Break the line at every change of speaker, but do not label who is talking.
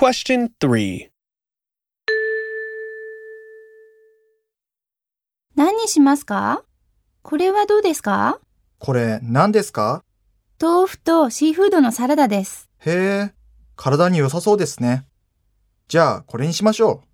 Question 3.
何にしますかこれはどうですか
これ何ですか
豆腐とシーフードのサラダです。
へえ、体に良さそうですね。じゃあこれにしましょう。